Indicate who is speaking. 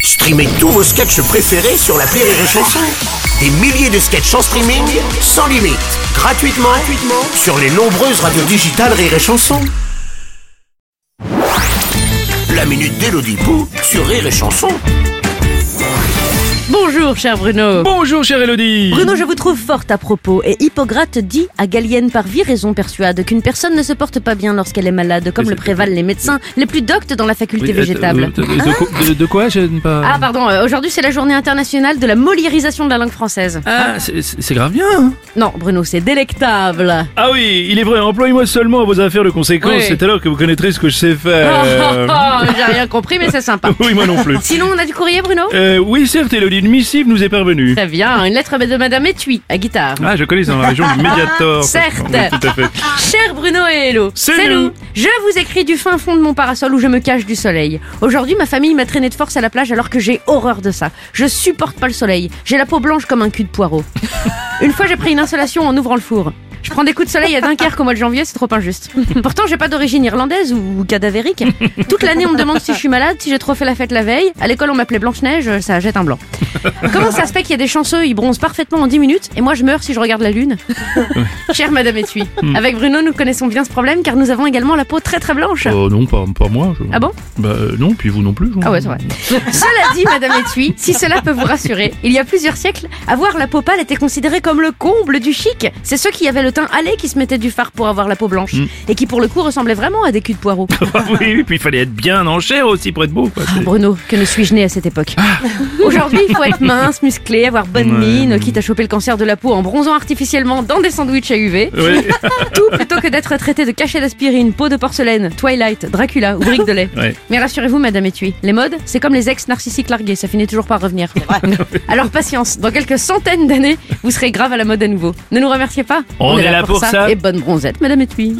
Speaker 1: Streamez tous vos sketchs préférés sur la Rire et Chanson. Des milliers de sketchs en streaming, sans limite, gratuitement, gratuitement sur les nombreuses radios digitales Rire et Chanson. La minute d'Elodie Pou sur Rire et Chanson.
Speaker 2: Bonjour, cher Bruno.
Speaker 3: Bonjour chère Elodie
Speaker 2: Bruno, je vous trouve forte à propos. Et Hippocrate dit à Galienne par vie raison persuade qu'une personne ne se porte pas bien lorsqu'elle est malade, comme le prévalent les médecins les plus doctes dans la faculté
Speaker 4: euh,
Speaker 3: euh,
Speaker 2: végétable. Hein
Speaker 3: de, quoi- de- de quoi je ne pas...
Speaker 2: Ah, pardon, euh, aujourd'hui c'est la journée internationale de la moliérisation de la langue française.
Speaker 3: Ah, c'est- c'est c'est grave bien hein.
Speaker 2: Non, Bruno, c'est délectable.
Speaker 4: Ah oui, il est vrai, employez-moi seulement à vos affaires de conséquence,
Speaker 2: Oui.
Speaker 4: c'est alors que vous connaîtrez ce que je sais faire.
Speaker 2: Oh, oh, oh, J'ai rien compris, mais c'est sympa.
Speaker 4: oui, moi non plus.
Speaker 2: Sinon, on a du courrier, Bruno
Speaker 4: Euh, oui, certes, Elodie, une missive nous est parvenue.
Speaker 2: Très bien, une lettre de Madame Etui, à guitare.
Speaker 4: Ah, je connais, c'est dans la région du Mediator.
Speaker 2: Certes.
Speaker 4: Oui, tout à fait.
Speaker 2: Cher Bruno et Hello,
Speaker 4: Salut.
Speaker 2: Je vous écris du fin fond de mon parasol où je me cache du soleil. Aujourd'hui, ma famille m'a traîné de force à la plage alors que j'ai horreur de ça. Je supporte pas le soleil. J'ai la peau blanche comme un cul de poireau. Une fois, j'ai pris une insolation en ouvrant le four. Je prends des coups de soleil à Dunkerque au mois de janvier, c'est trop injuste. Pourtant, j'ai pas d'origine irlandaise ou cadavérique. Toute l'année, on me demande si je suis malade, si j'ai trop fait la fête la veille. À l'école, on m'appelait Blanche-Neige, ça jette un blanc. Comment ça se fait qu'il y a des chanceux, ils bronzent parfaitement en 10 minutes et moi je meurs si je regarde la lune Chère Madame Etui,
Speaker 4: Hmm.
Speaker 2: avec Bruno, nous connaissons bien ce problème car nous avons également la peau très très blanche.
Speaker 3: Oh non, pas, pas moi. je-
Speaker 2: Ah bon
Speaker 3: Bah euh, non, puis vous non plus. je-
Speaker 2: Ah ouais, c'est vrai. cela dit, Madame Etui, si cela peut vous rassurer, il y a plusieurs siècles, avoir la peau pâle était considéré comme le comble du chic. C'est ceux qui avaient le teint hâlé qui se mettaient du fard pour avoir la peau blanche et qui pour le coup ressemblaient vraiment à des culs de poireaux.
Speaker 4: Hmm. Ah oui, oui, puis il fallait être bien en chair aussi pour être beau. quoi. C'est-
Speaker 2: Bruno, que ne suis-je né à cette époque
Speaker 4: Ah.
Speaker 2: Aujourd'hui, il faut être mince, musclé, avoir bonne mine, quitte à choper le cancer de la peau en bronzant artificiellement dans des sandwichs à UV.
Speaker 4: Ouais,
Speaker 2: Tout plutôt que d'être traité de cachet d'aspirine, peau de porcelaine, Twilight, Dracula ou brique de lait.
Speaker 4: Ouais.
Speaker 2: Mais rassurez-vous, Madame Etui, les modes, c'est comme les ex narcissiques largués, ça finit toujours par revenir. Alors patience, dans quelques centaines d'années, vous serez grave à la mode à nouveau. Ne nous remerciez pas.
Speaker 4: On est là pour ça.
Speaker 2: Et bonne bronzette, Madame Etui.